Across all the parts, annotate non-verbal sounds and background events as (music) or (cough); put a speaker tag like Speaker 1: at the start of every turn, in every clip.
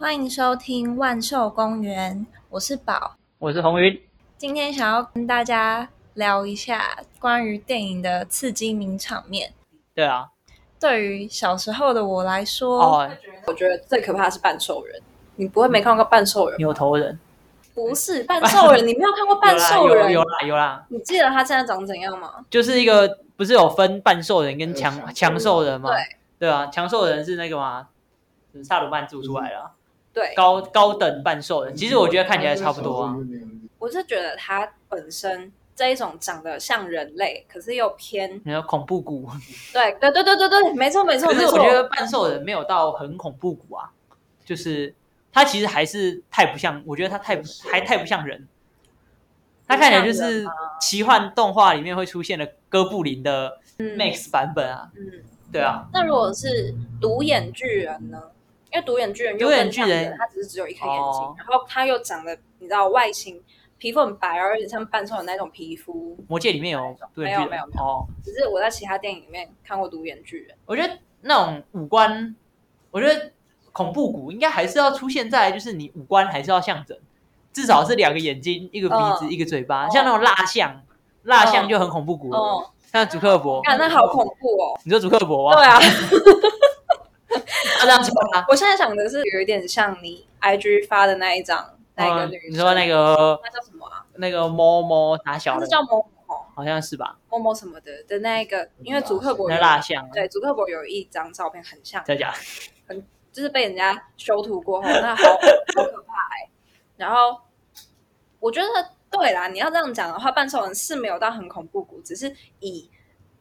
Speaker 1: 欢迎收听《万寿公园》，我是宝。
Speaker 2: 我是红云。
Speaker 1: 今天想要跟大家聊一下关于电影的刺激名场面。
Speaker 2: 对啊，
Speaker 1: 对于小时候的我来说，
Speaker 2: 哦，
Speaker 3: 我觉得最可怕的是半兽人，你不会没看过半兽人？
Speaker 2: 牛头人，
Speaker 3: 不是半
Speaker 2: (laughs)
Speaker 3: 兽人，你没有看过半兽
Speaker 2: 有啦
Speaker 3: 人
Speaker 2: 有？有啦有啦，
Speaker 3: 你记得他现在长怎样吗？
Speaker 2: 就是一个不是有分半兽人跟强
Speaker 4: 对
Speaker 2: 强
Speaker 4: 强
Speaker 2: 兽
Speaker 4: 兽
Speaker 2: 人吗？
Speaker 3: 对
Speaker 2: 对啊，强兽人是那个嘛，就是萨鲁曼做出来的啊、
Speaker 3: 对，
Speaker 2: 高高等半兽人。其实我觉得看起来差不多啊。。
Speaker 3: 我是觉得他本身这一种长得像人类，可是又偏
Speaker 2: 你说恐怖谷，
Speaker 3: 对对对对对对，没错没错
Speaker 2: 可
Speaker 3: 没
Speaker 2: 是
Speaker 3: 错。
Speaker 2: 我觉得半兽人没有到很恐怖谷啊，就是他其实还是太不像，我觉得他太不还太不像人，他看起来就是奇幻动画里面会出现的哥布林的
Speaker 3: 嗯
Speaker 2: Max 版本啊，
Speaker 3: 嗯，
Speaker 2: 对啊，
Speaker 3: 那如果是独眼巨人呢？因为独眼巨人又
Speaker 2: 独眼
Speaker 3: 更像
Speaker 2: 巨人
Speaker 3: 人，他只是只有一颗眼睛，
Speaker 2: 哦
Speaker 3: 然后他又长得你知道外形皮肤很白，然后有点像半兽人那种皮肤。
Speaker 2: 魔界里面有对
Speaker 3: 没有没有没有
Speaker 2: 哦，
Speaker 3: 只是我在其他电影里面看过独眼巨人。
Speaker 2: 我觉得那种五官，我觉得恐怖谷应该还是要出现在，就是你五官还是要像人，至少是两个眼睛、一个鼻子、
Speaker 3: 嗯
Speaker 2: 一个嘴巴，
Speaker 3: 哦
Speaker 2: 像那种蜡像，蜡像就很恐怖谷了。
Speaker 3: 哦，
Speaker 2: 像主克伯，
Speaker 3: 啊，那好恐怖哦！
Speaker 2: 你说主克伯吗？哦
Speaker 3: 对啊，
Speaker 2: 他
Speaker 3: 啊
Speaker 2: 这样子 (laughs) 吧。
Speaker 3: 我现在想的是有一点像你 IG 发的那一张，那一个
Speaker 2: 嗯
Speaker 3: 女生，
Speaker 2: 你说那个
Speaker 3: 那叫什么啊？
Speaker 2: 那个猫猫打小
Speaker 3: 她是
Speaker 2: 的，
Speaker 3: 叫某某
Speaker 2: 好像是吧？
Speaker 3: 某某什么的的那一个，因为主客国
Speaker 2: 那
Speaker 3: 有
Speaker 2: 蜡像， (laughs)
Speaker 3: 对主客国有一张照片很像，
Speaker 2: 再讲
Speaker 3: 就是被人家修图过后，那好 (laughs) 好可怕哎、然后我觉得对啦，你要这样讲的话，半兽人是没有到很恐怖谷，只是以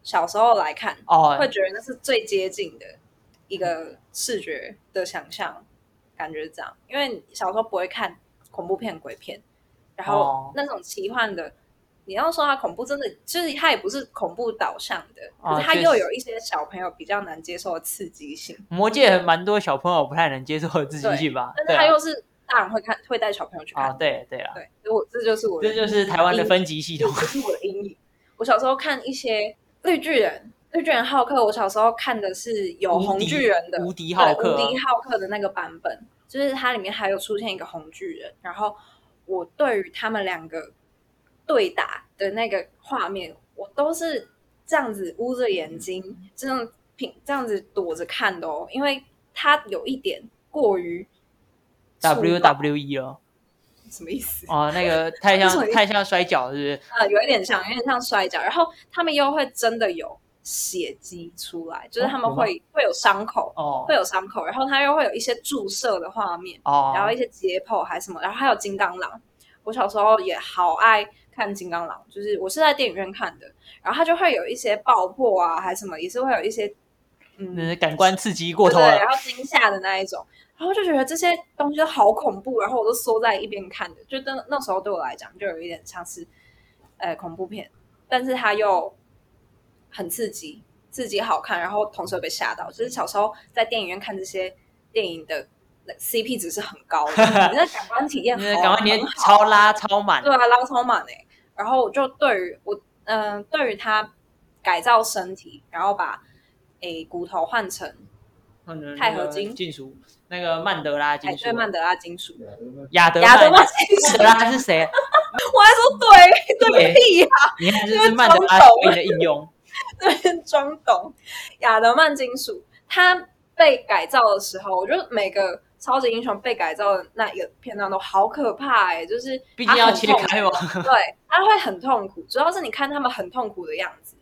Speaker 3: 小时候来看，
Speaker 2: 哦
Speaker 3: 会，觉得那是最接近的一个视觉的想象，感觉是这样。因为你小时候不会看恐怖片、鬼片，然
Speaker 2: 哦
Speaker 3: 后那种奇幻的，你要说它恐怖，真的就是它也不是恐怖导向的，
Speaker 2: 哦
Speaker 3: 可是它
Speaker 2: 确
Speaker 3: 又
Speaker 2: 实啊
Speaker 3: 有一些小朋友比较难接受的刺激性，
Speaker 2: 魔界蛮多小朋友不太能接受的自己性吧？
Speaker 3: 但
Speaker 2: 对
Speaker 3: 是它
Speaker 2: 啊
Speaker 3: 又是大人会看，会带小朋友去
Speaker 2: 啊，
Speaker 3: 看。
Speaker 2: 对对啊，
Speaker 3: 对，我这就是我的
Speaker 2: 这就是台湾的分级系
Speaker 3: 这
Speaker 2: 统。
Speaker 3: 不是我的阴影。我小时候看一些绿巨人。绿巨人浩克，我小时候看的是有
Speaker 2: 无
Speaker 3: 红
Speaker 2: 敌
Speaker 3: 巨人的，
Speaker 2: 无敌
Speaker 3: (laughs) 对
Speaker 2: 浩克
Speaker 3: 无
Speaker 2: 啊，
Speaker 3: 敌浩克的那个版本，就是它里面还有出现一个红巨人，然后我对于他们两个对打的那个画面，我都是这样子捂着眼睛，
Speaker 2: 嗯
Speaker 3: 这样平这样子躲着看的哦，因为它有一点过于
Speaker 2: W
Speaker 3: 粗暴
Speaker 2: W E 哦，
Speaker 3: 什么意思
Speaker 2: 哦，那
Speaker 3: (laughs)
Speaker 2: 个太
Speaker 3: 为什么
Speaker 2: 像
Speaker 3: 你
Speaker 2: 太像摔跤，是不是？
Speaker 3: 啊、有一点像，有点像摔跤，然后他们又会真的有血迹出来，就是他们
Speaker 2: 哦有吗
Speaker 3: 会、会有伤口，
Speaker 2: 哦
Speaker 3: 会有伤口，然后它又会有一些注射的画面。
Speaker 2: 哦，
Speaker 3: 然后一些解剖还什么，然后还有金刚狼。我小时候也好爱看金刚狼，就是我是在电影院看的，然后它就会有一些爆破啊，还什么，也是会有一些嗯，
Speaker 2: 嗯感官刺激过头啊
Speaker 3: 对，
Speaker 2: 了
Speaker 3: 然，后惊吓的那一种，然后就觉得这些东西都好恐怖，然后我都缩在一边看的，就那那时候对我来讲就有一点像是呃恐怖片，但是它又很刺激，刺激好看，然后同时又被吓到，就是小时候在电影院看这些电影的。CP 值是很高
Speaker 2: (laughs)
Speaker 3: 的，你的感官体验
Speaker 2: 因
Speaker 3: 好，
Speaker 2: 为感官连
Speaker 3: 很好
Speaker 2: 超拉超满
Speaker 3: 对啊，拉超满哎、然后我就对于我，嗯、对于他改造身体，然后把诶、骨头换成
Speaker 2: 嗯
Speaker 3: 钛
Speaker 2: 那个
Speaker 3: 合金
Speaker 2: 金属，那个曼德拉金
Speaker 3: 哎，
Speaker 2: 属
Speaker 3: 对，，曼德拉金属，
Speaker 2: 亚德
Speaker 3: 亚德曼
Speaker 2: 曼
Speaker 3: 金属，
Speaker 2: 德拉是谁？
Speaker 3: 我还说对
Speaker 2: 对
Speaker 3: (laughs) 对屁啊呀、
Speaker 2: 你看，这
Speaker 3: 因
Speaker 2: 是
Speaker 3: 为
Speaker 2: 曼德拉
Speaker 3: 装
Speaker 2: 对应的应用。
Speaker 3: 那边装懂。亚德曼金属，它被改造的时候，我觉得每个超级英雄被改造的那一个片段都好可怕哎、就是
Speaker 2: 毕
Speaker 3: 它
Speaker 2: 竟要
Speaker 3: 很
Speaker 2: 切
Speaker 3: 痛
Speaker 2: 开嘛，
Speaker 3: 对，他会很痛苦，主要是你看他们很痛苦的样子。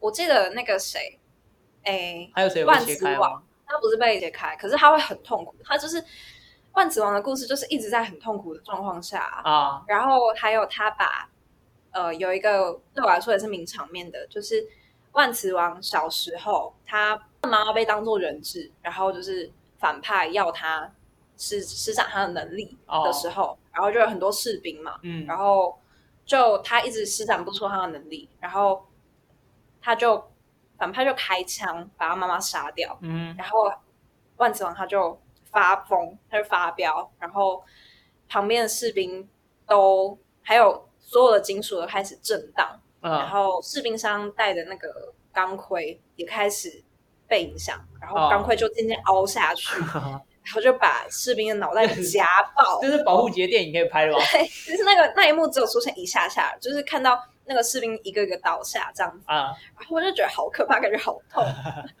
Speaker 3: 我记得那个谁，哎，
Speaker 2: (laughs) 还有谁会
Speaker 3: 万
Speaker 2: 切
Speaker 3: 磁
Speaker 2: 开吗
Speaker 3: 王？，他不是被解开，可是他会很痛苦，他就是万磁王的故事，就是一直在很痛苦的状况下啊、
Speaker 2: 啊，
Speaker 3: 然后还有他把呃有一个对我来说也是名场面的，就是万磁王小时候他妈妈被当做人质，然后就是反派要他施施展他的能力的时候，然后就有很多士兵嘛，
Speaker 2: 嗯，
Speaker 3: 然后就他一直施展不出他的能力，然后他就反派就开枪把他妈妈杀掉，
Speaker 2: 嗯，
Speaker 3: 然后万磁王他就发疯，他就发飙，然后旁边的士兵都还有所有的金属都开始震荡，然
Speaker 2: 嗯，
Speaker 3: 后士兵上戴的那个钢盔也开始被影响，然
Speaker 2: 哦 (laughs)
Speaker 3: 后钢盔就渐渐凹下去，然后就把士兵的脑袋夹爆，
Speaker 2: 这是保护节电影可以拍的吗？
Speaker 3: 对，就是那个那一幕只有出现一下下，就是看到那个士兵一个一个倒下这样
Speaker 2: (laughs)
Speaker 3: 子，
Speaker 2: 啊，
Speaker 3: 然后我就觉得好可怕，感觉好
Speaker 2: (laughs)
Speaker 3: 痛。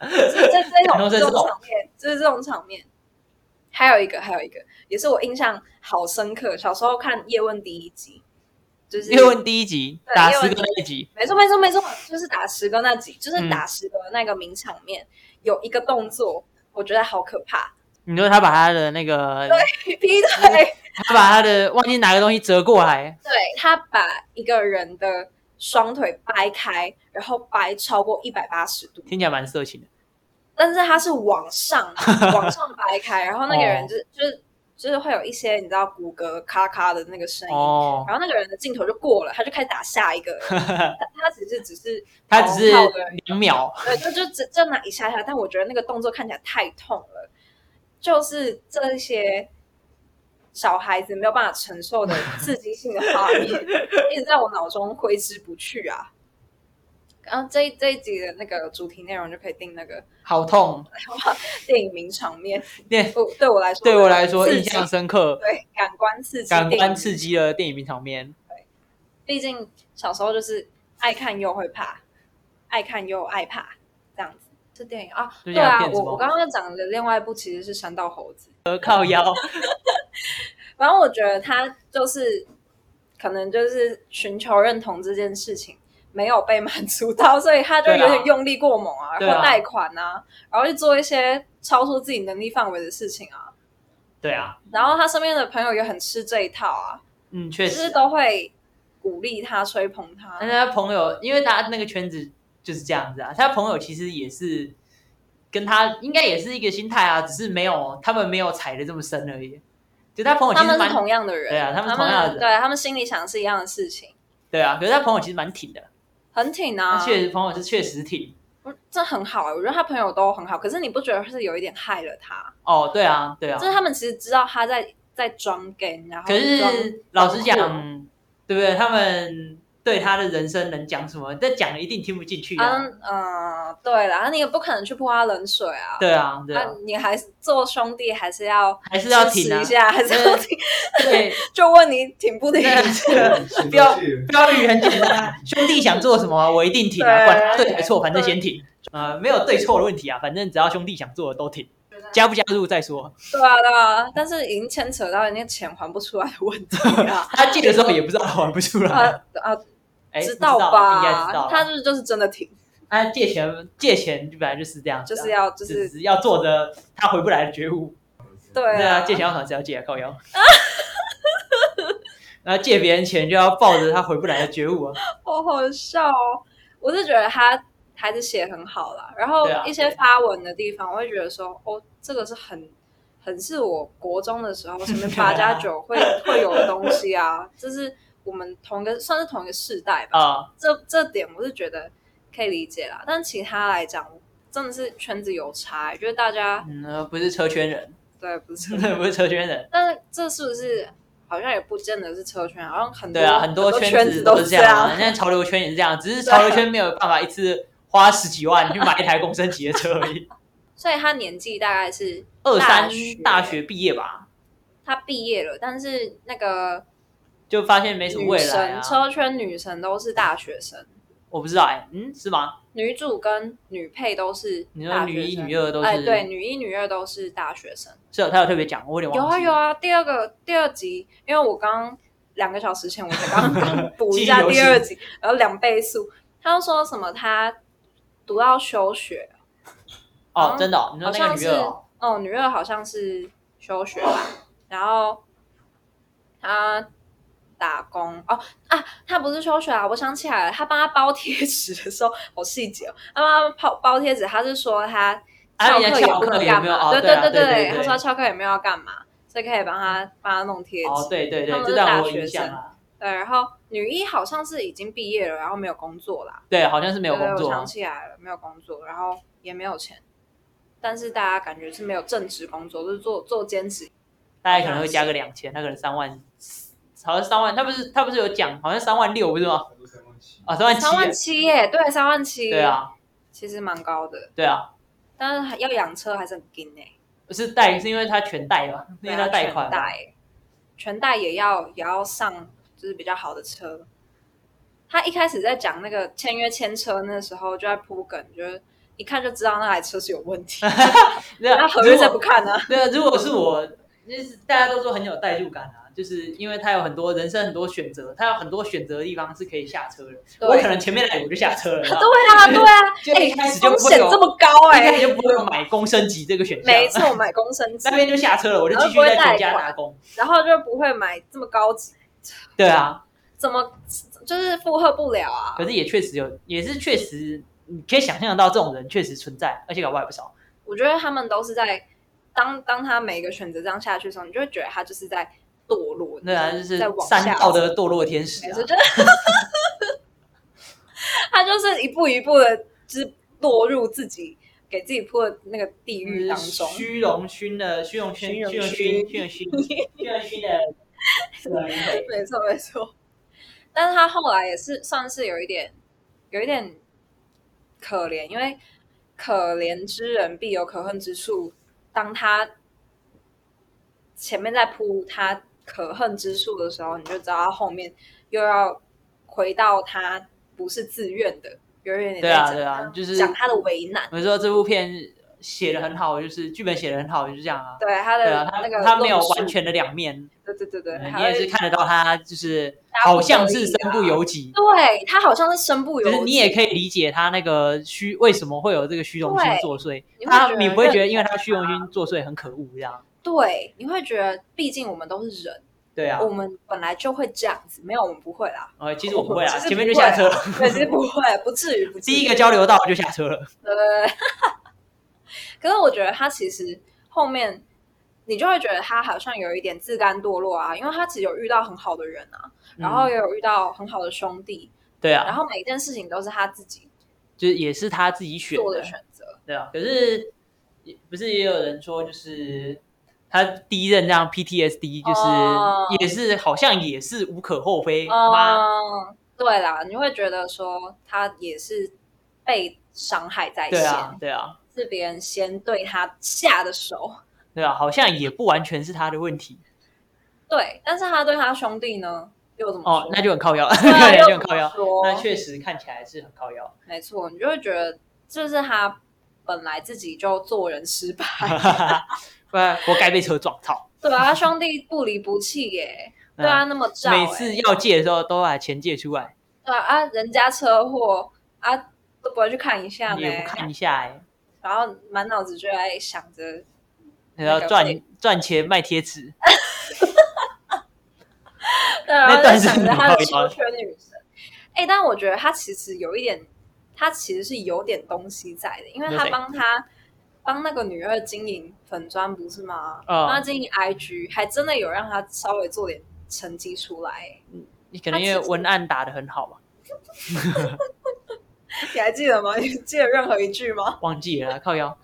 Speaker 3: 就是在这
Speaker 2: 感同
Speaker 3: 种
Speaker 2: 身
Speaker 3: 这
Speaker 2: 受
Speaker 3: 种场面，就是这种场面。还有一个，还有一个，也是我印象好深刻。小时候看《叶问》第一集，就是
Speaker 2: 叶问第一集
Speaker 3: 对
Speaker 2: 打
Speaker 3: 叶
Speaker 2: 十
Speaker 3: 问
Speaker 2: 个那一集，
Speaker 3: 没错，没错，没错，就是打十个那集，
Speaker 2: 嗯
Speaker 3: 就是打十个那个名场面，有一个动作，我觉得好可
Speaker 2: (laughs)
Speaker 3: 怕，
Speaker 2: 你说他把他的那个，
Speaker 3: 劈腿，
Speaker 2: 他把他的忘记拿个东西折过来，
Speaker 3: (laughs) 对他把一个人的双腿掰开，然后掰超过一百八十度，
Speaker 2: 听起来蛮色情的。
Speaker 3: 但是他是往上
Speaker 2: (laughs)
Speaker 3: 往上掰开，然后那个
Speaker 2: 哦
Speaker 3: 人就、就是就是会有一些你知道骨骼咔咔的那个声音。
Speaker 2: 哦，
Speaker 3: 然后那个人的镜头就过了，他就开始打下一
Speaker 2: (laughs)
Speaker 3: 个人。他他只是只是
Speaker 2: 他只是
Speaker 3: 跑跳的人
Speaker 2: 两秒，
Speaker 3: 对，就就只就那一下下，但我觉得那个动作看起来太痛了，就是这些小孩子没有办法承受的刺激性的画面，一直在我脑中挥之不去啊。然后这一这一集的那个主题内容就可以定那个
Speaker 2: 好痛。
Speaker 3: 电影名场面。
Speaker 2: 对
Speaker 3: 不对我来说，
Speaker 2: 对我来说
Speaker 3: 刺
Speaker 2: 印
Speaker 3: 激
Speaker 2: 象深刻，
Speaker 3: 对感官刺激，
Speaker 2: 感官刺。激的电影名场面。
Speaker 3: 毕竟小时候就是爱看又会怕，爱看又爱怕这样子。这电影啊，
Speaker 2: 最近
Speaker 3: 对
Speaker 2: 还有
Speaker 3: 啊，
Speaker 2: 骗子
Speaker 3: 我
Speaker 2: 吗
Speaker 3: 我刚刚讲的另外一部其实是《山道猴子》，
Speaker 2: 呃，靠腰，
Speaker 3: 反正我觉得他就是可能就是寻求认同这件事情没有被满足到，所以他就
Speaker 2: 对啊
Speaker 3: 有点用力过猛啊，
Speaker 2: 对啊
Speaker 3: 然后贷款啊，然后去做一些超出自己能力范围的事情啊。
Speaker 2: 对啊，
Speaker 3: 然后他身边的朋友也很吃这一套啊，
Speaker 2: 嗯，确
Speaker 3: 就
Speaker 2: 实
Speaker 3: 是。都会鼓励他、吹捧他
Speaker 2: 但。是他朋友，因为他那个圈子就是这样子啊，他朋友其实也是跟他应该也是一个心态啊，只是没有他们没有踩的这么深而已。就他朋友其
Speaker 3: 他
Speaker 2: 实
Speaker 3: 们
Speaker 2: 蛮
Speaker 3: 是同样的人，
Speaker 2: 对啊他们
Speaker 3: 们
Speaker 2: 是同样的人
Speaker 3: 对他们心里想的是一样的事情，
Speaker 2: 对啊，可是他朋友其实蛮挺的，
Speaker 3: 很挺啊
Speaker 2: 他，确实朋友是确实挺。
Speaker 3: 嗯这很好、啊，我觉得他朋友都很好，可是你不觉得是有一点害了他？
Speaker 2: 哦，对啊，对啊
Speaker 3: 就。是他们其实知道他在在装 gay，然后
Speaker 2: 可
Speaker 3: 装
Speaker 2: 是老实讲
Speaker 3: 装酷，啊
Speaker 2: 对不对？他们对他的人生能讲什么？但讲了一定听不进去啊。
Speaker 3: 嗯嗯，对啦，你也不可能去泼他冷水啊。
Speaker 2: 对啊，对啊
Speaker 3: 那，你还是做兄弟，还是要
Speaker 2: 还是要
Speaker 3: 支持
Speaker 2: 挺啊
Speaker 3: 一。下，还是要挺。
Speaker 2: 对，
Speaker 3: (laughs)
Speaker 2: 啊
Speaker 3: 就问你挺不挺？
Speaker 2: 那不要标语很简单，啊兄弟想做什
Speaker 3: (laughs)
Speaker 2: 么我一定挺啊，
Speaker 3: 对
Speaker 2: 管他对还错，反正先挺。呃，没有对错的问题啊，反正只要兄弟想做的都挺，
Speaker 3: 啊
Speaker 2: 加不加入再说。
Speaker 3: 对啊，对啊，但是已经牵扯到人家钱还不出来的问题
Speaker 2: (laughs)
Speaker 3: 啊。
Speaker 2: 他借的时候也不知道还不出来，
Speaker 3: 啊啊，
Speaker 2: 哎，不知
Speaker 3: 道
Speaker 2: 应该
Speaker 3: 吧？
Speaker 2: 知道。
Speaker 3: 他就是就是真的挺，
Speaker 2: 他借钱借钱本来就是这样子
Speaker 3: 就
Speaker 2: 啊，
Speaker 3: 是要就
Speaker 2: 就是是要做着他回不来的觉悟。
Speaker 3: 对
Speaker 2: 对啊，借钱要还是要借啊，靠腰。 (laughs) 那借别人钱就要抱着他回不来的觉悟啊！
Speaker 3: 好好笑哦！我是觉得他还是写很好啦，然后
Speaker 2: 对啊
Speaker 3: 一些发文的地方，我会觉得说，哦，这个是很很是我国中的时候什么八加九
Speaker 2: (laughs)
Speaker 3: 会会有的东西啊，这是我们同一个算是同一个世代吧，
Speaker 2: 啊，
Speaker 3: 这这点我是觉得可以理解啦。但其他来讲，真的是圈子有差、欸，就是大家
Speaker 2: 嗯，呃不是车圈人， (laughs)
Speaker 3: 对不是
Speaker 2: 真，的不是车圈人，
Speaker 3: 但是这是不是好像也不见得是车圈，好像很多
Speaker 2: 对啊，很多
Speaker 3: 圈
Speaker 2: 子
Speaker 3: 都
Speaker 2: 是这
Speaker 3: 这
Speaker 2: 样、啊，现在潮流圈也是这样，只是
Speaker 3: 啊
Speaker 2: 潮流圈没有办法一次花十几万去买一台共升级的车而
Speaker 3: (laughs)
Speaker 2: 已。
Speaker 3: 所以他年纪大概是
Speaker 2: 二三大
Speaker 3: 大
Speaker 2: 学毕业吧，
Speaker 3: 他毕业了，但是那个
Speaker 2: 就发现没什么
Speaker 3: 女
Speaker 2: 未
Speaker 3: 神、
Speaker 2: 来啊。
Speaker 3: 车圈女神都是大学生，
Speaker 2: 我不知道哎、嗯，是吗？
Speaker 3: 女主跟女配都是
Speaker 2: 你说
Speaker 3: 大
Speaker 2: 女
Speaker 3: 学
Speaker 2: 一、
Speaker 3: 生。
Speaker 2: 女二都是，
Speaker 3: 哎，对，，女一、女二都是大学生。
Speaker 2: 是啊有他有特别讲，我有点
Speaker 3: 有
Speaker 2: 忘
Speaker 3: 啊
Speaker 2: 记。
Speaker 3: 有啊，第二个第二集，因为我刚两个小时前我才刚刚补
Speaker 2: (laughs)
Speaker 3: 一
Speaker 2: 记忆
Speaker 3: 下
Speaker 2: 犹
Speaker 3: 第
Speaker 2: 新
Speaker 3: 二集，然后两倍速，他就说什么他读到休学，
Speaker 2: 哦，真的、哦，你说
Speaker 3: 嗯
Speaker 2: 那
Speaker 3: 好
Speaker 2: 个
Speaker 3: 像
Speaker 2: 女
Speaker 3: 是
Speaker 2: 二、哦，
Speaker 3: 哦，女二好像是休学吧，然后她打工哦啊，她不是休学啊，我想起来了，她帮她包贴纸的时候，好细节哦，她帮她包包贴纸，她是说她
Speaker 2: 啊
Speaker 3: 翘
Speaker 2: 你的
Speaker 3: 课
Speaker 2: 翘
Speaker 3: 不
Speaker 2: 课
Speaker 3: 能
Speaker 2: 有
Speaker 3: 干
Speaker 2: 没有
Speaker 3: 嘛，
Speaker 2: 哦
Speaker 3: 对
Speaker 2: 对啊
Speaker 3: 对
Speaker 2: 对对对
Speaker 3: 她说她翘课也没有要干嘛，所以可以帮她帮她弄贴纸，
Speaker 2: 哦，对对
Speaker 3: 他
Speaker 2: 对，
Speaker 3: 们
Speaker 2: 这
Speaker 3: 是
Speaker 2: 段
Speaker 3: 大
Speaker 2: 我有
Speaker 3: 学
Speaker 2: 印象
Speaker 3: 生
Speaker 2: 啊。
Speaker 3: 对，然后女一好像是已经毕业了，然后没有工作啦，
Speaker 2: 对，好像是没有
Speaker 3: 对
Speaker 2: 工作
Speaker 3: 我
Speaker 2: 啊
Speaker 3: 想，起来了，没有工作，然后也没有钱，但是大家感觉是没有正职工作，就是做做兼职。
Speaker 2: 大概可能会加个两千，他可能三万，好像三万，他不是他不是有讲，好像三万六不是吗？啊，三万七
Speaker 3: 三万
Speaker 2: 耶，
Speaker 3: 七耶，对，三万七，
Speaker 2: 对，啊，
Speaker 3: 其实蛮高的，
Speaker 2: 对啊，
Speaker 3: 但是要养车还是很紧呢、
Speaker 2: 是贷，是因为他全贷吧？因为他贷款嘛，
Speaker 3: 啊全贷，全贷也要也要上，就是比较好的车。他一开始在讲那个签约签车那时候就在铺梗，就是一看就知道那台车是有
Speaker 2: (laughs)
Speaker 3: 问题，
Speaker 2: 对啊
Speaker 3: 那合约
Speaker 2: 如果
Speaker 3: 再不看呢、
Speaker 2: (laughs) 对啊，如果是我，就是大家都说很有代入感啊，就是因为他有很多人生很多选择，他有很多选择的地方是可以下车的。
Speaker 3: 对
Speaker 2: 我可能前面来我就下
Speaker 3: (laughs)
Speaker 2: 车了，然后
Speaker 3: 对啊，对啊，
Speaker 2: 就
Speaker 3: 哎、
Speaker 2: 一开始就
Speaker 3: 风
Speaker 2: 不会啊
Speaker 3: 险
Speaker 2: 有
Speaker 3: 这么高
Speaker 2: 一 (laughs)
Speaker 3: 哎、
Speaker 2: 开始就不会有买公升级这个选项，
Speaker 3: 没错，买公升
Speaker 2: (laughs)
Speaker 3: 机
Speaker 2: 那，边就下车了，我就继续在全家打工。
Speaker 3: 然后就不会买这么高级，
Speaker 2: 对啊，
Speaker 3: 怎么就是负荷不了啊？
Speaker 2: 可是也确实有，也是确实你可以想象得到这种人确实存在，而且搞不好也不少。
Speaker 3: 我觉得他们都是在当当他每一个选择这样下去的时候，你就会觉得他就是在堕落，
Speaker 2: 对啊，就是
Speaker 3: 在往
Speaker 2: 三
Speaker 3: 下
Speaker 2: 道的堕落天使
Speaker 3: 没
Speaker 2: 啊
Speaker 3: 错，就。是 (laughs) 他就是一步一步的，就是落入自己给自己铺的那个地狱当中。
Speaker 2: 嗯虚荣熏的虚荣圈，
Speaker 3: 虚荣
Speaker 2: 虚荣
Speaker 3: 熏
Speaker 2: 熏，虚荣熏，虚荣熏的这个人类。
Speaker 3: 没错，没错。但是他后来也是算是有一点，有一点可怜，因为可怜之人必有可恨之处。当他前面在铺他可恨之处的时候，你就知道他后面又要回到他不是自愿的，有一点点
Speaker 2: 对
Speaker 3: 在
Speaker 2: 啊，
Speaker 3: 讲
Speaker 2: 对啊
Speaker 3: 他，
Speaker 2: 就是
Speaker 3: 讲他的为难。
Speaker 2: 我说这部片写的很好，就是剧本写的很好，就是这样啊。
Speaker 3: 对他
Speaker 2: 对
Speaker 3: 的
Speaker 2: 啊，他
Speaker 3: 那个
Speaker 2: 他没有
Speaker 3: 论述
Speaker 2: 完，全的两面，
Speaker 3: 对对对对，
Speaker 2: 嗯
Speaker 3: 还
Speaker 2: 你也是
Speaker 3: 会
Speaker 2: 看得到他就是
Speaker 3: 大家不
Speaker 2: 好像
Speaker 3: 得
Speaker 2: 是
Speaker 3: 已
Speaker 2: 身不
Speaker 3: 啊
Speaker 2: 由己，
Speaker 3: 对他好像是身不由
Speaker 2: 就
Speaker 3: 己，
Speaker 2: 是你也可以理解他那个虚为什么会有这个虚荣心
Speaker 3: 对
Speaker 2: 作祟
Speaker 3: 你，会觉
Speaker 2: 他
Speaker 3: 得
Speaker 2: 你不会觉得
Speaker 3: 认
Speaker 2: 因为他虚荣心作祟很可恶这样？
Speaker 3: 对，你会觉得，毕竟我们都是人，
Speaker 2: 对啊
Speaker 3: 我，们本来就会这样子。没有，我们不会啦，
Speaker 2: 呃，其实我不会
Speaker 3: 我
Speaker 2: 啊，
Speaker 3: 其实
Speaker 2: 前面就
Speaker 3: 不会
Speaker 2: 下车了，
Speaker 3: 对，其实不会，不至于，不至于。
Speaker 2: 第一个交流道就下车了，
Speaker 3: 对，对对可是我觉得他其实后面，你就会觉得他好像有一点自甘堕落啊，因为他其实有遇到很好的人啊，然后
Speaker 2: 嗯
Speaker 3: 也有遇到很好的兄弟，
Speaker 2: 对啊，
Speaker 3: 然后每一件事情都是他自己
Speaker 2: 就是也是他自己选
Speaker 3: 做的
Speaker 2: 的，
Speaker 3: 选择。
Speaker 2: 对啊。可是也不是也有人说，就是他第一任这样 PTSD，
Speaker 3: 哦
Speaker 2: 就是也是好像也是无可厚非吗？
Speaker 3: 嗯，对啦，你会觉得说他也是被伤害在
Speaker 2: 对
Speaker 3: 先，
Speaker 2: 啊，对啊，
Speaker 3: 是别人先对他下的手。
Speaker 2: 对啊，好像也不完全是他的问题
Speaker 3: 对，但是他对他兄弟呢又怎么说？
Speaker 2: 哦，那就很靠腰，(laughs)
Speaker 3: 对啊
Speaker 2: 那
Speaker 3: 又
Speaker 2: 就很
Speaker 3: 怎
Speaker 2: 靠
Speaker 3: 么
Speaker 2: 腰。
Speaker 3: 说
Speaker 2: 那确实看起来是很靠腰。
Speaker 3: 没错，你就会觉得就是他本来自己就做人失败， (laughs)
Speaker 2: 不然活该被车撞操。嗯
Speaker 3: 对啊，他兄弟不离不弃耶， (laughs) 对啊，那么照、
Speaker 2: 每
Speaker 3: 欸，
Speaker 2: 次要借的时候都把钱借出来，
Speaker 3: 对啊啊，人家车祸啊都不会去看一下
Speaker 2: 你也不
Speaker 3: 呢，
Speaker 2: 看一下哎、
Speaker 3: 然后满脑子就在想着，
Speaker 2: 然
Speaker 3: 那
Speaker 2: 后
Speaker 3: 个
Speaker 2: 赚
Speaker 3: 会
Speaker 2: 赚钱卖贴纸，
Speaker 3: (laughs) 对啊，然后
Speaker 2: 段
Speaker 3: 在
Speaker 2: 是
Speaker 3: 想着
Speaker 2: 很
Speaker 3: 他的
Speaker 2: 靠腰
Speaker 3: 出圈女神。哎，但我觉得他其实有一点，他其实是有点东西在的，因为
Speaker 2: 有
Speaker 3: 他
Speaker 2: 谁
Speaker 3: 帮他帮那个女二经营粉砖不是吗？
Speaker 2: 嗯
Speaker 3: 帮她经营 IG，还真的有让她稍微做点成绩出来。 (laughs)
Speaker 2: 你可能因为文案打的很好吧，
Speaker 3: 你还记得吗？ (laughs) 你记得任何一句吗？
Speaker 2: 忘记
Speaker 3: (laughs)
Speaker 2: 了啦啊靠腰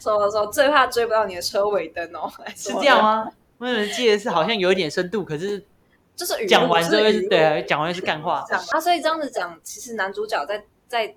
Speaker 3: 什么什么最怕追不到你的车尾灯哦？
Speaker 2: 是这样？吗？我怎么记得是好像有一点深度，可是
Speaker 3: 就是语录
Speaker 2: 讲完之后
Speaker 3: 就是是语录
Speaker 2: 对啊，讲完就是干
Speaker 3: (laughs)
Speaker 2: 话
Speaker 3: 这样啊，所以这样子讲，其实男主角在在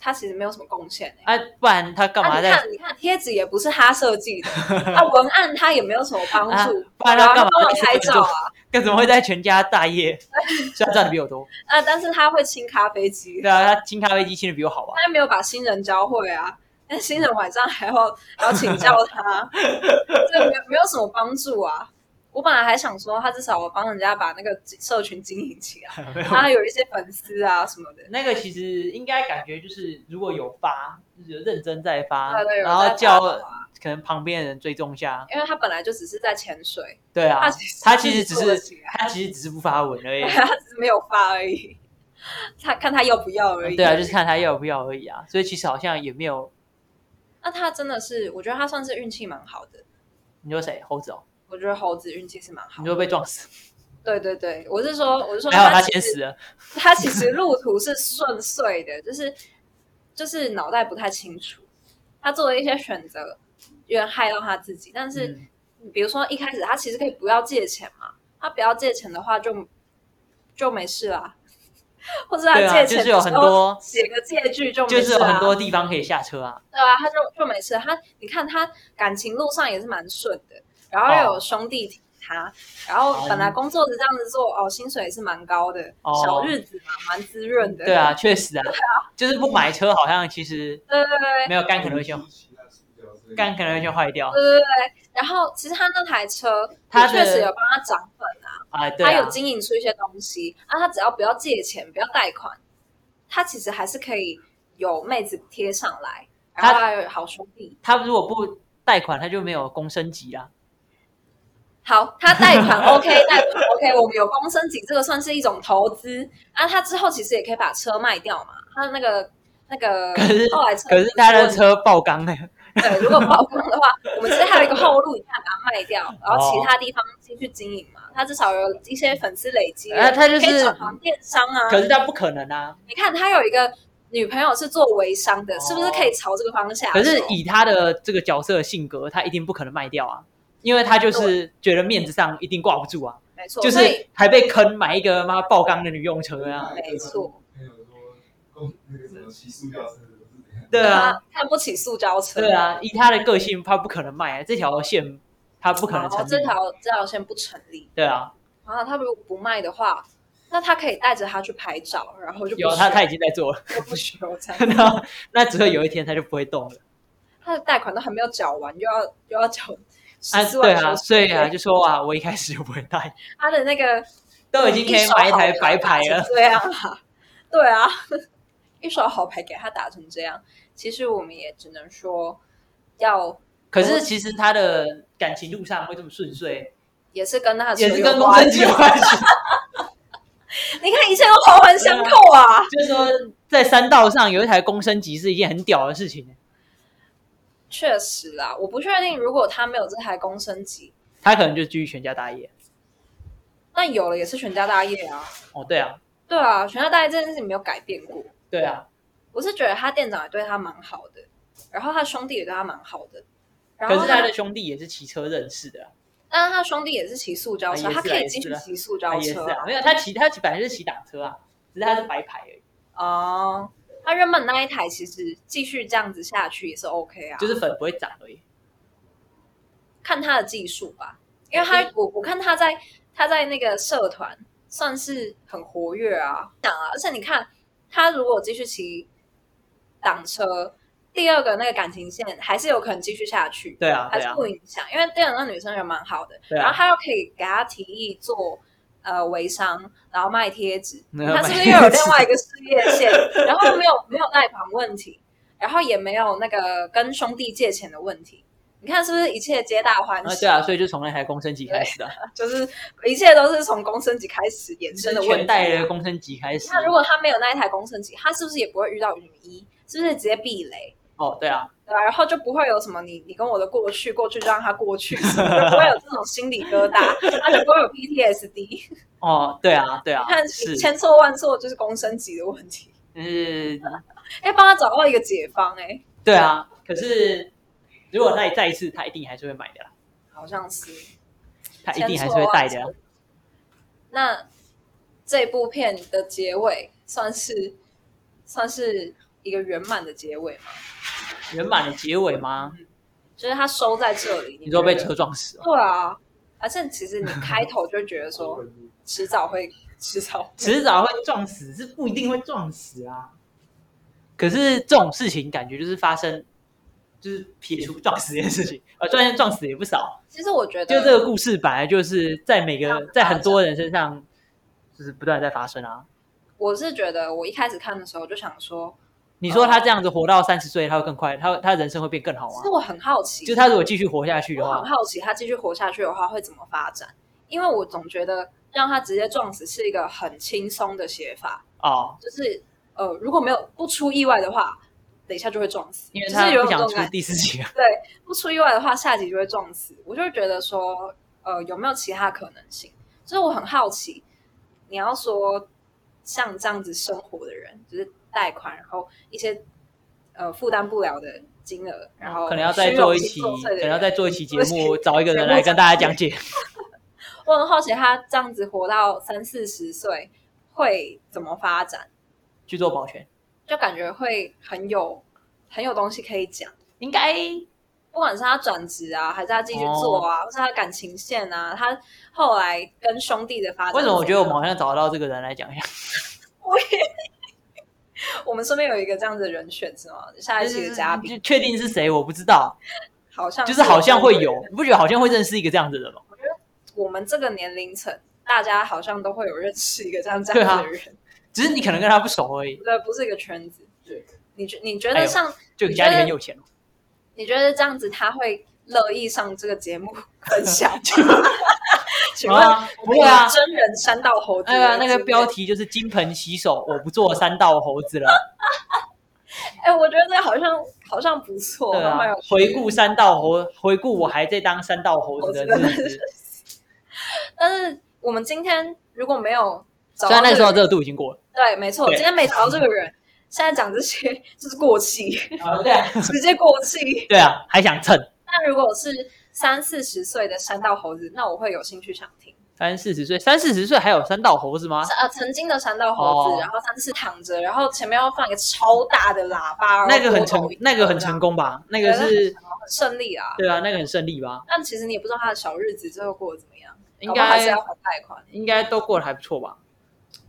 Speaker 3: 他其实没有什么贡献、欸。
Speaker 2: 啊，不然他干
Speaker 3: 啊，
Speaker 2: 嘛
Speaker 3: 你
Speaker 2: 在
Speaker 3: 看，你看贴纸也不是他设
Speaker 2: (laughs)
Speaker 3: 计的，啊，文案他也没有什么帮
Speaker 2: 啊
Speaker 3: 助，
Speaker 2: 不然他
Speaker 3: 然后
Speaker 2: 干嘛
Speaker 3: 帮我
Speaker 2: 在
Speaker 3: 拍
Speaker 2: 这
Speaker 3: 照
Speaker 2: 么
Speaker 3: 啊？
Speaker 2: (laughs) 干怎么会在全家大业？ (laughs) 虽然赚的比我多，
Speaker 3: 啊，但是他会清咖啡机
Speaker 2: 对，啊，他清咖啡机清的比我好吧？
Speaker 3: 他没有把新人教会啊。但新人晚上还要还要请教他，这没有没有什么帮助啊。我本来还想说，他至少我帮人家把那个社群经营起来，
Speaker 2: 没有
Speaker 3: 他有一些粉丝啊什么的。
Speaker 2: 那个其实应该感觉就是，如果有发，就是有认真在发，
Speaker 3: 对对，有
Speaker 2: 啊然
Speaker 3: 在
Speaker 2: 后
Speaker 3: 发
Speaker 2: 叫
Speaker 3: 的话
Speaker 2: 可能旁边的人追踪一下。
Speaker 3: 因为他本来就只是在潜水，
Speaker 2: 对啊，
Speaker 3: 他
Speaker 2: 他
Speaker 3: 其
Speaker 2: 其实只
Speaker 3: 实自己做得
Speaker 2: 是
Speaker 3: 起来
Speaker 2: 他其实只是不发文
Speaker 3: (laughs)
Speaker 2: 而已。
Speaker 3: 他只是没有发而已， (laughs) 他看他要不要而已。
Speaker 2: 对啊，就是看他要不要而已啊。所以其实好像也没有，
Speaker 3: 那他真的是，我觉得他算是运气蛮好的。
Speaker 2: 你说谁猴子哦？
Speaker 3: 我觉得猴子运气是蛮好
Speaker 2: 你说被撞死，
Speaker 3: 对对对，我是说，我是说，
Speaker 2: 嗯 (laughs) 还好他
Speaker 3: 其
Speaker 2: 先
Speaker 3: 实
Speaker 2: 死了。
Speaker 3: 他其实路途是顺遂的， (laughs) 就是就是脑袋不太清楚，他做了一些选择，有点害到他自己。但是、
Speaker 2: 嗯
Speaker 3: 比如说一开始他
Speaker 1: 嗯 (laughs)
Speaker 3: 其实可以不要借钱嘛，他不要借钱的话就就没事啦。或者他
Speaker 2: 对啊
Speaker 3: 借钱
Speaker 2: 就是有很多
Speaker 3: 的时候写个借据就没
Speaker 2: 就是
Speaker 3: 事啊
Speaker 2: 有很多地方可以下车啊。
Speaker 3: 对啊，他就就没事。他你看他感情路上也是蛮顺的，然后
Speaker 2: 哦
Speaker 3: 又有兄弟挺他，然后本来工作是这样子做，哦，薪水也是蛮高的，
Speaker 2: 哦
Speaker 3: 小日子嘛，蛮滋润的。
Speaker 2: 对啊，，确实啊，就是不买车好像其实
Speaker 3: 对对对
Speaker 2: 没有肝可能会先肝可能会先坏掉
Speaker 3: 对对对。然后其实他那台车，
Speaker 2: 他的
Speaker 3: 他确实有帮他涨粉，
Speaker 2: 啊。对
Speaker 3: 他有
Speaker 2: 啊，
Speaker 3: 经营出一些东西啊。他只要不要借钱，不要贷款，他其实还是可以有妹子贴上来，然
Speaker 2: 他
Speaker 3: 后还有好兄弟。
Speaker 2: 他如果不贷款，他就没有公升级啊啦。
Speaker 3: 好，他贷款
Speaker 2: (laughs)
Speaker 3: OK，贷款 OK，我们有公升级，这个算是一种投资。啊，他之后其实也可以把车卖掉嘛，他的那个那个
Speaker 2: 可是
Speaker 3: 后来车
Speaker 2: 可是他的车爆缸哎、
Speaker 3: 对，如果曝
Speaker 2: (laughs)
Speaker 3: 光的话，我们其实还有一个后路，你看把它卖掉，
Speaker 2: 哦
Speaker 3: 然后其他地方继续经营嘛。他至少有一些粉丝累积了，
Speaker 2: 啊他就是
Speaker 3: 可以转行电商啊。
Speaker 2: 可是他不可能啊。
Speaker 3: 你看他有一个女朋友是做微商的，
Speaker 2: 哦
Speaker 3: 是不是可以朝这个方向走？
Speaker 2: 可是以他的这个角色的性格，他一定不可能卖掉啊，因为他就是觉得面子上一定挂不住啊，
Speaker 3: 没错，
Speaker 2: 就
Speaker 3: 所以
Speaker 2: 是还被坑买一个妈爆缸的女用车啊。
Speaker 3: 没错。
Speaker 4: 朋友说，公那个什么骑塑料车的都是怎样？
Speaker 2: 对啊，
Speaker 3: 他看不起塑胶车，
Speaker 2: 对啊，以他的个性，他不可能卖、啊、这条线，他不可能
Speaker 3: 然后
Speaker 2: 成
Speaker 3: 哦这
Speaker 2: 立。
Speaker 3: 条这条线不成立。
Speaker 2: 对啊，
Speaker 3: 然后他如果不卖的话，那他可以带着他去拍照，然后就不
Speaker 2: 有他
Speaker 3: 修
Speaker 2: 他已经在做了， (laughs)
Speaker 3: 就不修这样。
Speaker 2: 然后那只会有一天他就不会动了。
Speaker 3: 他的贷款都还没有缴完，又要又要缴
Speaker 2: 啊，
Speaker 3: 十四
Speaker 2: 对
Speaker 3: 万
Speaker 2: 啊，
Speaker 3: 手续
Speaker 2: 所以啊，
Speaker 3: 费
Speaker 2: 就说啊，我一开始就不会带，
Speaker 3: 他的那个
Speaker 2: 都
Speaker 3: 嗯
Speaker 2: 已经可以买一台白牌了。
Speaker 3: 对啊，对啊， (laughs) 一手好牌给他打成这样，其实我们也只能说要。
Speaker 2: 可是其实他的感情路上会这么顺遂，
Speaker 3: 也是跟他的
Speaker 2: 也
Speaker 3: 车
Speaker 2: 是
Speaker 3: 有
Speaker 2: 跟公
Speaker 3: 关
Speaker 2: 升级有关系。
Speaker 3: (laughs)
Speaker 2: (laughs)
Speaker 3: 你看一切都环环相扣
Speaker 2: (laughs)
Speaker 3: 啊！
Speaker 2: 就是说，在山道上有一台公升级是一件很屌的事情，
Speaker 3: 确实啦，我不确定如果他没有这台公升级，
Speaker 2: 他可能就继续全家大业。
Speaker 3: 那有了也是全家大业啊。
Speaker 2: 哦，对啊，
Speaker 3: 对啊，全家大业这件事情没有改变过。
Speaker 2: 对啊，
Speaker 3: 我是觉得他店长也对他蛮好的，然后他兄弟也对他蛮好的。然
Speaker 2: 可
Speaker 3: 后
Speaker 2: 是他的兄弟也是骑车认识的啊，
Speaker 3: 但是他兄弟也是骑塑胶车，
Speaker 2: 啊也是啊
Speaker 3: 他可以继续
Speaker 2: 也是啊
Speaker 3: 骑塑
Speaker 2: 他
Speaker 3: 胶
Speaker 2: 也是
Speaker 3: 车
Speaker 2: 啊，没有他骑他骑本来就是骑挡车啊，只是他是白牌而已，
Speaker 3: 哦，他原本那一台其实继续这样子下去也是 OK 啊，
Speaker 2: 就是粉不会长而已。
Speaker 3: 看他的技术吧，因为他我我看他在他在那个社团算是很活跃啊，想啊，而且你看他如果继续骑挡车，第二个那个感情线还是有可能继续下去，
Speaker 2: 对啊，
Speaker 3: 还
Speaker 2: 对
Speaker 3: 是
Speaker 2: 啊，
Speaker 3: 不影响，因为店长那女生人蛮好的，
Speaker 2: 对啊
Speaker 3: 然后他又可以给他提议做呃微商，然后卖
Speaker 2: (laughs)
Speaker 3: 贴纸，
Speaker 2: 没有
Speaker 3: 他是不
Speaker 2: 卖
Speaker 3: 是又有
Speaker 2: 贴
Speaker 3: 另
Speaker 2: 纸
Speaker 3: 外一个事业线？ (laughs) 然后没有没有贷款问题，然后也没有那个跟兄弟借钱的问题，你看是不是一切皆大欢
Speaker 2: 啊
Speaker 3: 喜？
Speaker 2: 对啊，所以就从那台公升级开始的啊，
Speaker 3: 就是一切都是从公升级开始衍生的问
Speaker 2: 全
Speaker 3: 题。啊
Speaker 2: 带的公升级开始。
Speaker 3: 那如果他没有那一台公升级，他是不是也不会遇到雨衣？是不是直接避雷？
Speaker 2: 哦，对啊，
Speaker 3: 对啊，然后就不会有什么你你跟我的过去，过去就让它过去，什么的不会有这种心理疙瘩，他就不会有 PTSD。
Speaker 2: (laughs) 哦，对啊，对啊，
Speaker 3: 看
Speaker 2: 是，
Speaker 3: 千错万错就是公升级的问题，
Speaker 2: 嗯，
Speaker 3: 要帮他找到一个解方、哎，
Speaker 2: 对啊。可是如果他也再一次，他一定还是会买的啦，
Speaker 3: 好像是，
Speaker 2: 他一定还是会带的啊
Speaker 3: 千
Speaker 2: 啦
Speaker 3: 错万。错。那这部片的结尾算是算是一个圆满的结尾嘛？
Speaker 2: 圆满的结尾吗？
Speaker 3: 就是他收在这里，
Speaker 2: 你说被
Speaker 3: 觉
Speaker 2: 车
Speaker 3: 得？
Speaker 2: 撞死哦，
Speaker 3: 对啊，而且其实你开头就觉得说，迟早会，迟早会
Speaker 2: 迟早会撞死，是不一定会撞死啊。可是这种事情感觉就是发生，就是撇除撞死这件事 (laughs) 情，呃，虽然撞死也不少，
Speaker 3: 其实我觉得，
Speaker 2: 就这个故事本来就是在每
Speaker 3: 这样
Speaker 2: 个
Speaker 3: 发展
Speaker 2: 在很多人身上，就是不断地在发生啊。
Speaker 3: 我是觉得，我一开始看的时候就想说，
Speaker 2: 你说他这样子活到三十岁，他会更快，他他人生会变更好
Speaker 3: 其
Speaker 2: 吗
Speaker 3: 实？我很好奇，
Speaker 2: 就他如果继续活下去的
Speaker 3: 我很
Speaker 2: 话，
Speaker 3: 好奇他继续活下去的话会怎么发展，因为我总觉得让他直接撞死是一个很轻松的写法，
Speaker 2: 哦，
Speaker 3: 就是呃，如果没有不出意外的话，等一下就会撞死，
Speaker 2: 因为
Speaker 3: 就
Speaker 2: 他
Speaker 3: 是有
Speaker 2: 不
Speaker 3: 一
Speaker 2: 想
Speaker 3: 种
Speaker 2: 出
Speaker 3: 感觉，
Speaker 2: 第四集啊。
Speaker 3: 对，不出意外的话，下集就会撞死。我就会觉得说，呃，有没有其他可能性？就是我很好奇，你要说像这样子生活的人，就是贷款，然后一些呃负担不了的金额，然后
Speaker 2: 哦可能要再
Speaker 3: 虚
Speaker 2: 做
Speaker 3: 荣
Speaker 2: 一
Speaker 3: 心
Speaker 2: 期，
Speaker 3: 作祟
Speaker 2: 可
Speaker 3: 的
Speaker 2: 能要
Speaker 3: 人
Speaker 2: 再做一期节
Speaker 3: 作
Speaker 2: 目，
Speaker 3: (laughs) 祟
Speaker 2: 找一个人
Speaker 3: 全部
Speaker 2: 来跟大家讲解。
Speaker 3: 我很好奇，他这样子活到三四十岁，会怎么发展，
Speaker 2: 去做保全，
Speaker 3: 就感觉会很有很有东西可以讲。
Speaker 2: 应该
Speaker 3: 不管是他转职啊，还是他继续做
Speaker 2: 哦
Speaker 3: 啊，或是他感情线啊，他后来跟兄弟的发展。
Speaker 2: 为什么我觉得我们好像找得到这个人来讲一下？
Speaker 3: 我们身边有一个这样子的人选是吗？下一期的嘉宾
Speaker 2: 就确定是谁我不知道，
Speaker 3: 好像
Speaker 2: 就是好像会有，你不觉得好像会认识一个这样子的人吗？
Speaker 3: 我们这个年龄层，大家好像都会有认识一个这样这
Speaker 2: 啊
Speaker 3: 样子的人，
Speaker 2: 只是你可能跟他不熟而已，
Speaker 3: 对，不是一个圈子。
Speaker 4: 对，
Speaker 3: 你觉你觉
Speaker 2: 哎
Speaker 3: 得
Speaker 2: 呦
Speaker 3: 像、
Speaker 2: 就家里很有钱哦，
Speaker 3: 你觉得这样子他会乐意上这个节目
Speaker 2: (laughs)
Speaker 3: 分享？请问
Speaker 2: 啊
Speaker 3: 我
Speaker 2: 不
Speaker 3: 们
Speaker 2: 会啊
Speaker 3: 有真人山道猴子
Speaker 2: 哎
Speaker 3: 的
Speaker 2: 呀，那
Speaker 3: 经
Speaker 2: 个
Speaker 3: 验
Speaker 2: 标，题就是“金盆洗手，我不做三道猴子了
Speaker 3: 哎，我觉得好像好像不”。错，
Speaker 2: 对啊
Speaker 3: 蛮有，趣的
Speaker 2: 回顾三道猴，回顾我还在当三道猴子的日
Speaker 3: (laughs)
Speaker 2: 子。
Speaker 3: 但是我们今天如果没有找
Speaker 2: 虽然
Speaker 3: 到
Speaker 2: 那
Speaker 3: 这个
Speaker 2: 个时候
Speaker 3: 人，
Speaker 2: 热度已经过了，
Speaker 3: 对，没错，
Speaker 2: 对
Speaker 3: 今天没找到这个人，现在讲这些就是
Speaker 2: (laughs)
Speaker 3: 过气，
Speaker 2: 啊对啊
Speaker 3: 直接过气。
Speaker 2: 对啊，还想蹭
Speaker 3: 那如果是三四十岁的山道猴子，那我会有兴趣想听。
Speaker 2: 三四十岁，三四十岁还有三道猴子吗？
Speaker 3: 呃，曾经的山道猴
Speaker 2: 哦
Speaker 3: 子，然后三次躺着，然后前面要放一个超大的喇叭，
Speaker 2: 那个很成
Speaker 3: 然后播，
Speaker 2: 那个很成功吧？那个是，
Speaker 3: 很顺利啊。
Speaker 2: 对啊，那个很顺利吧？
Speaker 3: 但其实你也不知道他的小日子最后过得怎么样，
Speaker 2: 应
Speaker 3: 搞不好还是
Speaker 2: 该
Speaker 3: 要还贷款。
Speaker 2: 应该都过得还不错吧？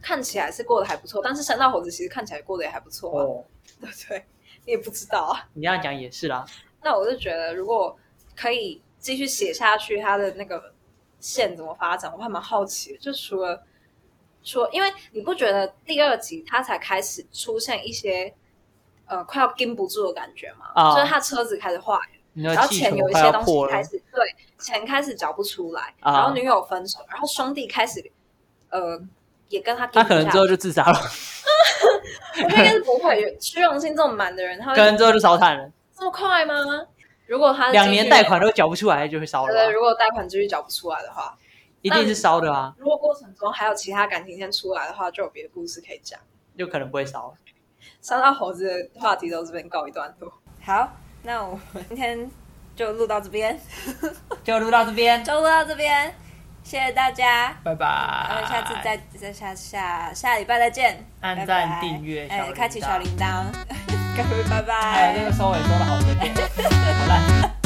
Speaker 3: 看起来是过得还不错，但是山道猴子其实看起来过得也还不错啊，
Speaker 2: 哦，
Speaker 3: 对不对？你也不知道啊。
Speaker 2: 你这样讲也是啦。
Speaker 3: 那我就觉得，如果可以继续写下去，他的那个线怎么发展，我还蛮好奇的。就除了说，因为你不觉得第二集他才开始出现一些呃快要跟不住的感觉吗？
Speaker 2: 啊
Speaker 3: 就是他车子开始坏，
Speaker 2: 你的
Speaker 3: 然后
Speaker 2: 气
Speaker 3: 钱
Speaker 2: 球
Speaker 3: 有一
Speaker 2: 快
Speaker 3: 些
Speaker 2: 要
Speaker 3: 东西
Speaker 2: 破
Speaker 3: 开
Speaker 2: 了，
Speaker 3: 始对钱开始缴不出来，
Speaker 2: 啊
Speaker 3: 然后女友分手，然后兄弟开始呃也跟他
Speaker 2: 他
Speaker 3: 跟不
Speaker 2: 可能
Speaker 3: 下
Speaker 2: 之后就自杀了， (laughs)
Speaker 3: 去我觉得应该是不会，虚荣心这么满的人，他
Speaker 2: 可
Speaker 3: 会
Speaker 2: 能之后就烧炭了，
Speaker 3: 这么快吗？如果他是
Speaker 2: 两
Speaker 3: 继
Speaker 2: 年
Speaker 3: 续
Speaker 2: 贷款都缴不出来就会烧了
Speaker 3: 对，
Speaker 2: 吧，
Speaker 3: 呃如果贷款继续缴不出来的话，
Speaker 2: 一定是烧的啊，
Speaker 3: 如果过程中还有其他感情线出来的话，就有别的故事可以讲。
Speaker 2: 就可能不会烧。
Speaker 3: 三大猴子的话题到这边告一段落。好，那我们今天就录到这
Speaker 2: (laughs)
Speaker 3: 边，
Speaker 2: 就录到这边，
Speaker 3: 就录到这边，谢谢大家。
Speaker 2: 拜拜。
Speaker 3: 我们下次再再下下下礼拜再见，
Speaker 2: 按
Speaker 3: 拜
Speaker 2: 赞
Speaker 3: 拜
Speaker 2: 订阅小
Speaker 3: 哎，
Speaker 2: 铃
Speaker 3: 开启
Speaker 2: 铛 (laughs)
Speaker 3: 小铃铛，各位拜拜。 (laughs)
Speaker 2: 哎，这个收尾收的好随便，好烂。